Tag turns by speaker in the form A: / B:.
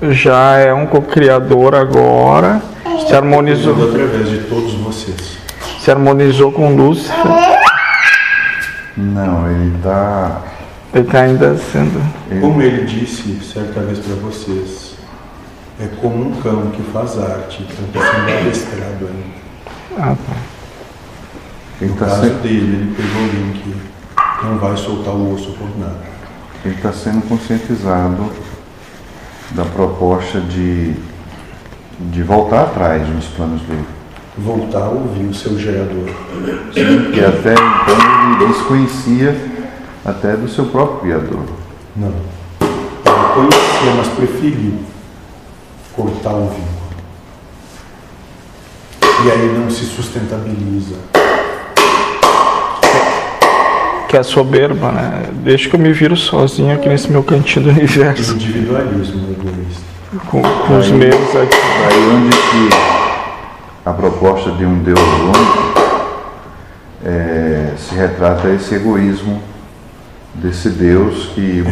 A: já é um co-criador agora. Se harmonizou,
B: através de todos vocês.
A: se harmonizou com Lúcifer.
C: Não, ele tá.
A: Ele está ainda sendo.
C: É.
B: Como ele disse certa vez para vocês, é como um cão que faz arte, então está sendo
C: É.
B: adestrado ainda.
A: Ah, tá.
C: Ele
B: No
C: tá,
B: caso
C: sendo,
B: dele, ele pegou o link, não vai soltar o osso por nada.
C: ele tá sendo conscientizado da proposta de, de voltar atrás nos planos dele.
B: Voltar a ouvir o seu gerador.
C: Que até então ele desconhecia até do seu próprio criador.
B: Não. Ele conhecia, mas preferiu cortar o vínculo. E aí não se sustentabiliza.
A: Que é soberba, né? Deixa que eu me viro sozinho aqui nesse meu cantinho do universo.
B: Individualismo é egoísta.
A: Com, com os meus aqui.
C: Daí onde é que a proposta de um Deus único eh, se retrata esse egoísmo desse Deus que